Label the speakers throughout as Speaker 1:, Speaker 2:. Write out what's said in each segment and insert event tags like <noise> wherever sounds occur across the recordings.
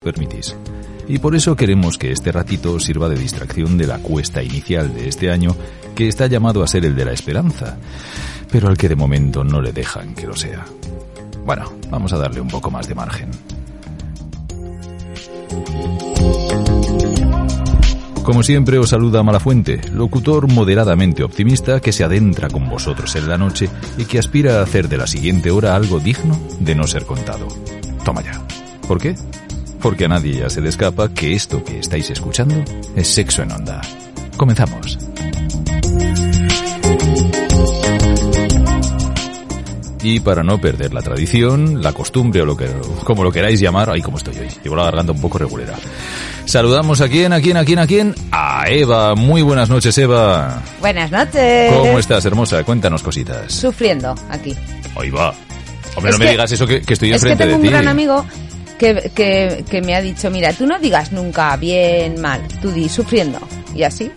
Speaker 1: permitís. Y por eso queremos que este ratito sirva de distracción de la cuesta inicial de este año, que está llamado a ser el de la esperanza, pero al que de momento no le dejan que lo sea. Bueno, vamos a darle un poco más de margen. Como siempre os saluda Malafuente, locutor moderadamente optimista que se adentra con vosotros en la noche y que aspira a hacer de la siguiente hora algo digno de no ser contado. Toma ya. ¿Por qué? Porque a nadie ya se le escapa que esto que estáis escuchando es sexo en onda. Comenzamos. Y para no perder la tradición, la costumbre o lo que, como lo queráis llamar, ay, como estoy hoy, llevo la garganta un poco regulera. Saludamos a quién, a quién, a quién, a quién, a Eva. Muy buenas noches, Eva.
Speaker 2: Buenas noches.
Speaker 1: ¿Cómo estás, hermosa? Cuéntanos cositas.
Speaker 2: eh, Sufriendo aquí.
Speaker 1: Ahí va. Hombre, no
Speaker 2: Es
Speaker 1: me
Speaker 2: que-
Speaker 1: digas eso que, que estoy
Speaker 2: es que
Speaker 1: enfrente
Speaker 2: tengo un
Speaker 1: de ti.
Speaker 2: gran amigo que, que- que me ha dicho, mira, tú no digas nunca bien, mal, tú di sufriendo. Y así.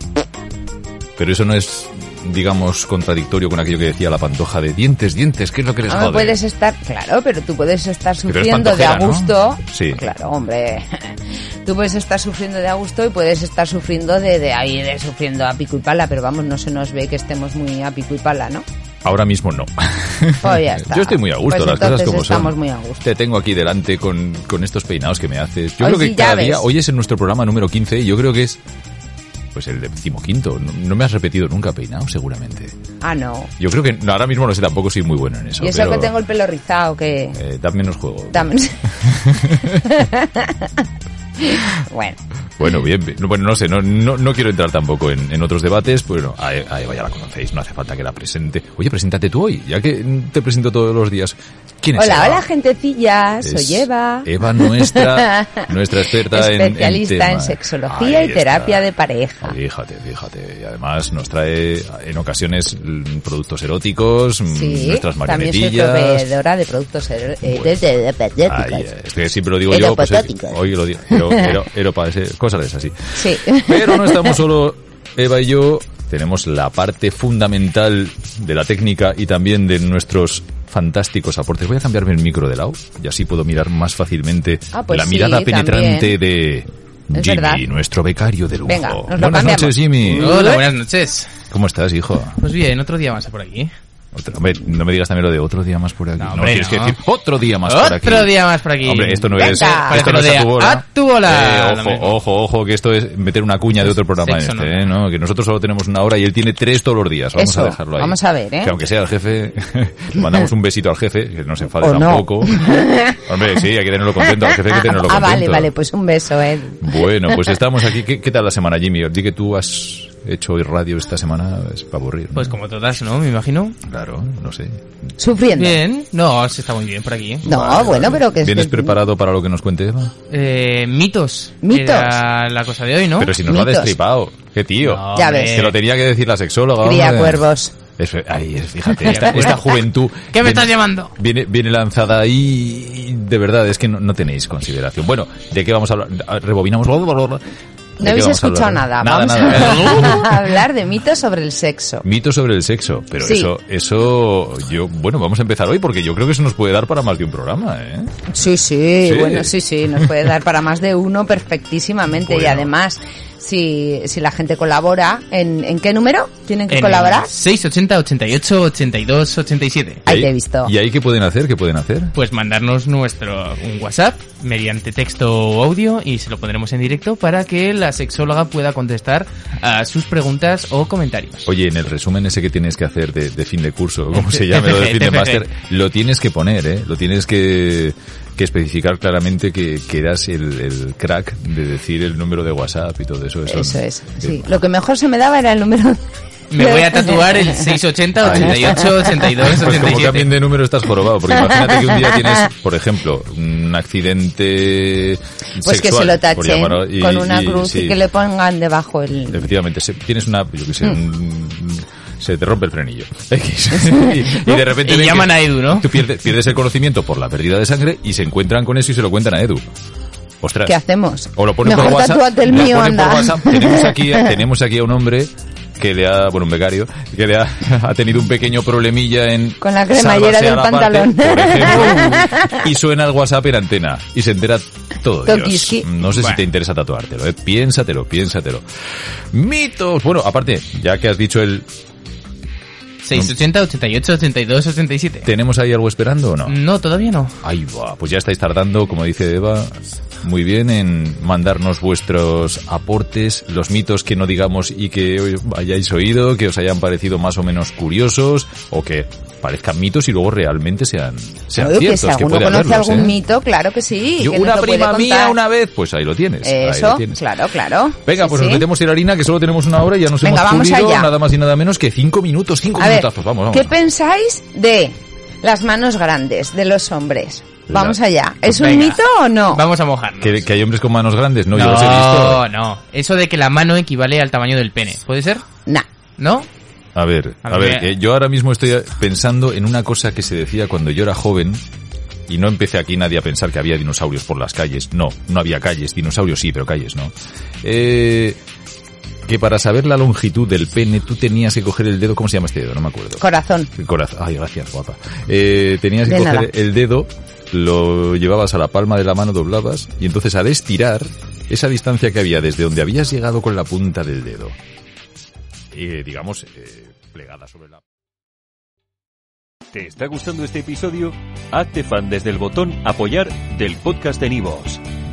Speaker 1: Pero eso no es, digamos, contradictorio con aquello que decía la pantoja de dientes, dientes, ¿qué es lo que les
Speaker 2: No
Speaker 1: jode?
Speaker 2: Ah, puedes estar, claro, pero tú puedes estar
Speaker 1: Pero eres
Speaker 2: sufriendo de a
Speaker 1: pantojera, ¿no?
Speaker 2: gusto.
Speaker 1: Sí.
Speaker 2: Claro, hombre. <laughs> Tú puedes estar sufriendo de a gusto y puedes estar sufriendo de, de ahí, de sufriendo a pico y pala, pero vamos, no se nos ve que estemos muy a pico y pala,
Speaker 1: <laughs>
Speaker 2: ¿no?
Speaker 1: Ahora mismo no. <laughs>
Speaker 2: Pues ya está.
Speaker 1: Yo estoy muy a gusto,
Speaker 2: Pues
Speaker 1: las cosas
Speaker 2: entonces
Speaker 1: como son.
Speaker 2: estamos muy a gusto.
Speaker 1: Te tengo aquí delante con, con estos peinados que me haces. Yo
Speaker 2: Hoy
Speaker 1: creo que
Speaker 2: sí, ya
Speaker 1: cada
Speaker 2: ves.
Speaker 1: día, hoy es en nuestro programa número 15 y yo creo que es pues el decimoquinto. No, no me has repetido nunca peinado, seguramente.
Speaker 2: Ah, no.
Speaker 1: Yo creo que no, ahora mismo no sé, tampoco soy muy bueno en eso.
Speaker 2: Y eso
Speaker 1: pero,
Speaker 2: que tengo el pelo rizado, que...
Speaker 1: eh, dame menos juego. <laughs>
Speaker 2: Dame- bueno,
Speaker 1: Bueno, bien, bien. Bueno, no sé, no, no, no quiero entrar tampoco en, en otros debates. Bueno, a E- a Eva ya la conocéis, no hace falta que la presente. Oye, preséntate tú hoy, ya que te presento todos los días. ¿Quién es
Speaker 2: hola,
Speaker 1: Eva?
Speaker 2: hola gentecillas,
Speaker 1: Es
Speaker 2: soy Eva.
Speaker 1: Eva,
Speaker 2: <laughs>
Speaker 1: nuestra, nuestra experta en- en
Speaker 2: especialista en,
Speaker 1: temas.
Speaker 2: sexología
Speaker 1: Ahí
Speaker 2: y terapia
Speaker 1: está.
Speaker 2: de pareja.
Speaker 1: Fíjate, fíjate. Y además nos trae en ocasiones mm, productos eróticos, mm,
Speaker 2: Sí,
Speaker 1: nuestras
Speaker 2: también soy
Speaker 1: marionetillas.
Speaker 2: proveedora de productos er- eh,
Speaker 1: Bueno.
Speaker 2: de- de- de- de-
Speaker 1: Ay,
Speaker 2: de-
Speaker 1: eh, es que siempre lo digo yo, pues, eh,
Speaker 2: Eropotóticas.
Speaker 1: hoy lo digo, ero-
Speaker 2: <laughs>
Speaker 1: ero- eropa, ese- cosas de esas, sí.
Speaker 2: Sí.
Speaker 1: Pero no estamos solo Eva y yo, tenemos la parte fundamental de la técnica y también de nuestros fantásticos aportes. Voy a cambiarme el micro de lado y así puedo mirar más fácilmente
Speaker 2: Ah, pues
Speaker 1: la
Speaker 2: sí,
Speaker 1: mirada penetrante
Speaker 2: también.
Speaker 1: de
Speaker 2: Es
Speaker 1: Jimmy,
Speaker 2: verdad.
Speaker 1: nuestro becario de lujo.
Speaker 2: Venga, nos lo
Speaker 1: Buenas
Speaker 2: cambiamos.
Speaker 1: noches, Jimmy.
Speaker 3: Hola, buenas noches.
Speaker 1: ¿Cómo estás, hijo?
Speaker 3: Pues bien, otro día más por aquí.
Speaker 1: Otro- hombre, no me digas también lo de otro día más por aquí.
Speaker 3: No, hombre,
Speaker 1: tienes
Speaker 3: no.
Speaker 1: que decir otro día más por aquí.
Speaker 3: otro día más por aquí.
Speaker 1: Hombre, esto no
Speaker 2: Venga.
Speaker 1: es, esto no es a
Speaker 3: Parece
Speaker 1: tu
Speaker 3: lo de
Speaker 1: bola.
Speaker 3: a tu bola. Ah,
Speaker 1: Eh,
Speaker 3: Lo
Speaker 1: ojo,
Speaker 3: mismo.
Speaker 1: ojo, ojo, que esto es meter una cuña de otro programa
Speaker 3: Sexo,
Speaker 1: este, ¿eh? ¿no? Que nosotros solo tenemos una hora y él tiene tres todos los días. Vamos
Speaker 2: Eso,
Speaker 1: a dejarlo ahí.
Speaker 2: vamos a ver, ¿eh?
Speaker 1: Que aunque sea el jefe, <laughs> le mandamos un besito al jefe, que no se enfade
Speaker 2: O no. <laughs>
Speaker 1: tampoco. Hombre, sí, hay que tenerlo contento, al jefe hay que tenerlo
Speaker 2: ah,
Speaker 1: contento.
Speaker 2: vale, vale, pues un beso, eh.
Speaker 1: Bueno, pues estamos aquí. ¿Qué, qué tal la semana, Jimmy? Di que tú has hecho hoy radio esta semana, es para aburrir. ¿no?
Speaker 3: Pues como todas, ¿no? Me imagino.
Speaker 1: Claro, no sé.
Speaker 2: Sufriendo.
Speaker 3: Bien. No, se está muy bien por aquí.
Speaker 2: No, bueno, pero que es
Speaker 1: ¿Vienes
Speaker 2: que-
Speaker 1: preparado para lo que nos cuente Eva?
Speaker 3: Eh, mitos.
Speaker 2: Mitos.
Speaker 3: Era la cosa de hoy, ¿no?
Speaker 1: Pero si nos lo ha
Speaker 2: Mitos.
Speaker 1: destripado. Qué tío.
Speaker 3: No,
Speaker 2: Ya
Speaker 3: hombre.
Speaker 2: ves.
Speaker 1: Es que lo tenía que decir la sexóloga.
Speaker 2: Cría
Speaker 1: hombre.
Speaker 2: cuervos.
Speaker 1: Es- ahí es, fíjate, esta, esta juventud.
Speaker 2: <laughs>
Speaker 3: ¿Qué
Speaker 1: viene-
Speaker 3: me estás llamando?
Speaker 1: Viene, viene lanzada ahí. y De verdad, es que no, no tenéis consideración. Bueno, ¿de qué vamos a hablar? A- Rebobinamos. bla, bla, bla, bla. ¿De qué
Speaker 2: No habéis
Speaker 1: vamos a
Speaker 2: escuchado
Speaker 1: hablar?
Speaker 2: nada.
Speaker 1: Nada, <laughs>
Speaker 2: Vamos
Speaker 1: nada.
Speaker 2: a <laughs> hablar de mitos sobre el sexo.
Speaker 1: Mito sobre el sexo. Pero
Speaker 2: Sí.
Speaker 1: eso, eso, yo, bueno, vamos a empezar hoy porque yo creo que eso nos puede dar para más de un programa, ¿eh?
Speaker 2: Sí, sí,
Speaker 1: Sí.
Speaker 2: bueno, sí, sí, nos puede dar para más de uno perfectísimamente. Y
Speaker 1: Bueno.
Speaker 2: además, si, si la gente colabora, ¿en, en qué número tienen que
Speaker 3: En el
Speaker 2: colaborar?
Speaker 3: 680 88 82 87.
Speaker 2: Ahí
Speaker 1: Y
Speaker 2: te he visto.
Speaker 1: ¿Y ahí qué pueden hacer? ¿Qué pueden hacer?
Speaker 3: Pues mandarnos nuestro un WhatsApp mediante texto o audio y se lo pondremos en directo para que la sexóloga pueda contestar a sus preguntas o comentarios.
Speaker 1: Oye, en el resumen ese que tienes que hacer de, de fin de curso, como se llame,
Speaker 3: TFG,
Speaker 1: lo de fin de
Speaker 3: <laughs> TFG.
Speaker 1: máster, lo tienes que poner, ¿eh? Lo tienes que, que especificar claramente que, que eras el, el crack de decir el número de WhatsApp y todo eso. Eso,
Speaker 2: Eso es,
Speaker 1: que-
Speaker 2: sí. Lo que mejor se me daba era el número.
Speaker 3: Me
Speaker 2: <laughs>
Speaker 3: voy a tatuar el 680 88 82
Speaker 1: Pues como
Speaker 3: 87.
Speaker 1: cambien de número estás jorobado, porque imagínate que un día tienes, por ejemplo, mm, un accidente
Speaker 2: Pues
Speaker 1: sexual,
Speaker 2: que se lo
Speaker 1: por llamarlo,
Speaker 2: tachen
Speaker 1: y-
Speaker 2: con una
Speaker 1: y-
Speaker 2: cruz
Speaker 1: sí.
Speaker 2: y que le Hmm. pongan debajo el...
Speaker 1: Efectivamente, se- tienes una, yo qué sé, un- se te rompe el
Speaker 2: <laughs>
Speaker 1: frenillo. <laughs> X. y, y de repente
Speaker 3: Y
Speaker 1: ven que
Speaker 3: Eh, llaman a Edu, ¿no?
Speaker 1: Tú pierdes, pierdes el conocimiento por la pérdida de sangre y se encuentran con eso y se lo cuentan a Edu. Ostras.
Speaker 2: ¿Qué hacemos?
Speaker 1: O lo ponen
Speaker 2: Mejor
Speaker 1: por WhatsApp.
Speaker 2: tatúate el
Speaker 1: lo
Speaker 2: mío,
Speaker 1: ponen por
Speaker 2: anda. <laughs>
Speaker 1: WhatsApp. Tenemos aquí, tenemos aquí a un hombre que le ha, bueno, un becario, que le ha, <laughs> ha tenido un pequeño problemilla en...
Speaker 2: Con la cremallera
Speaker 1: salvarse a
Speaker 2: del
Speaker 1: la parte,
Speaker 2: pantalón.
Speaker 1: por
Speaker 2: <laughs>
Speaker 1: ejemplo, y suena el WhatsApp en antena y se entera todo. Dios.
Speaker 2: Tokiski.
Speaker 1: No sé si
Speaker 3: Bueno.
Speaker 1: te interesa tatuártelo, ¿eh? Piénsatelo, piénsatelo. Mitos. Bueno, aparte, ya que has dicho el...
Speaker 3: 680, 88, 82, 87.
Speaker 1: ¿Tenemos ahí algo esperando o no?
Speaker 3: No, todavía no.
Speaker 1: Ahí va, pues ya estáis tardando, como dice Eva, muy bien en mandarnos vuestros aportes, los mitos que no digamos y que hoy hayáis oído, que os hayan parecido más o menos curiosos, o que parezcan mitos y luego realmente sean, sean
Speaker 2: Oye, que
Speaker 1: ciertos.
Speaker 2: si alguno
Speaker 1: puede
Speaker 2: conoce
Speaker 1: haberlos,
Speaker 2: algún
Speaker 1: ¿eh?
Speaker 2: mito, claro que sí.
Speaker 1: Yo,
Speaker 2: que nos
Speaker 1: una
Speaker 2: lo puede
Speaker 1: prima mía
Speaker 2: contar.
Speaker 1: una vez, pues ahí lo tienes. ahí lo
Speaker 2: Eso,
Speaker 1: tienes.
Speaker 2: claro, claro.
Speaker 1: Venga,
Speaker 2: Sí,
Speaker 1: pues nos
Speaker 2: sí.
Speaker 1: metemos en la harina, que solo tenemos una hora y ya nos
Speaker 2: Venga,
Speaker 1: hemos
Speaker 2: vamos
Speaker 1: subido
Speaker 2: allá.
Speaker 1: nada más y nada menos que cinco minutos, cinco
Speaker 2: A ver,
Speaker 1: minutazos, vamos, vamos.
Speaker 2: ¿qué pensáis de las manos grandes de los hombres?
Speaker 1: La-
Speaker 2: Vamos allá. ¿Es un
Speaker 3: Venga.
Speaker 2: mito o no?
Speaker 3: Vamos a mojarnos.
Speaker 1: que, que hay hombres con manos grandes, no, yo los he visto.
Speaker 3: No, no. Eso de que la mano equivale al tamaño del pene. ¿Puede ser?
Speaker 2: Nah.
Speaker 3: ¿No?
Speaker 1: A ver, a
Speaker 3: A ver,
Speaker 1: ver,
Speaker 3: eh,
Speaker 1: eh, yo ahora mismo estoy pensando en una cosa que se decía cuando yo era joven y no empecé aquí nadie a pensar que había dinosaurios por las calles. No, no había calles, dinosaurios sí, pero calles no. Eh, que para saber la longitud del pene tú tenías que coger el dedo, ¿cómo se llama este dedo? No me acuerdo.
Speaker 2: Corazón.
Speaker 1: El corazón. Ay, gracias, guapa. Eh, tenías que
Speaker 2: De
Speaker 1: coger
Speaker 2: nada.
Speaker 1: el dedo, lo llevabas a la palma de la mano, doblabas, y entonces al estirar, esa distancia que había desde donde habías llegado con la punta del dedo, eh, digamos, eh, plegada sobre la...
Speaker 4: ¿Te está gustando este episodio? Hazte fan desde el botón Apoyar del podcast de Nivos.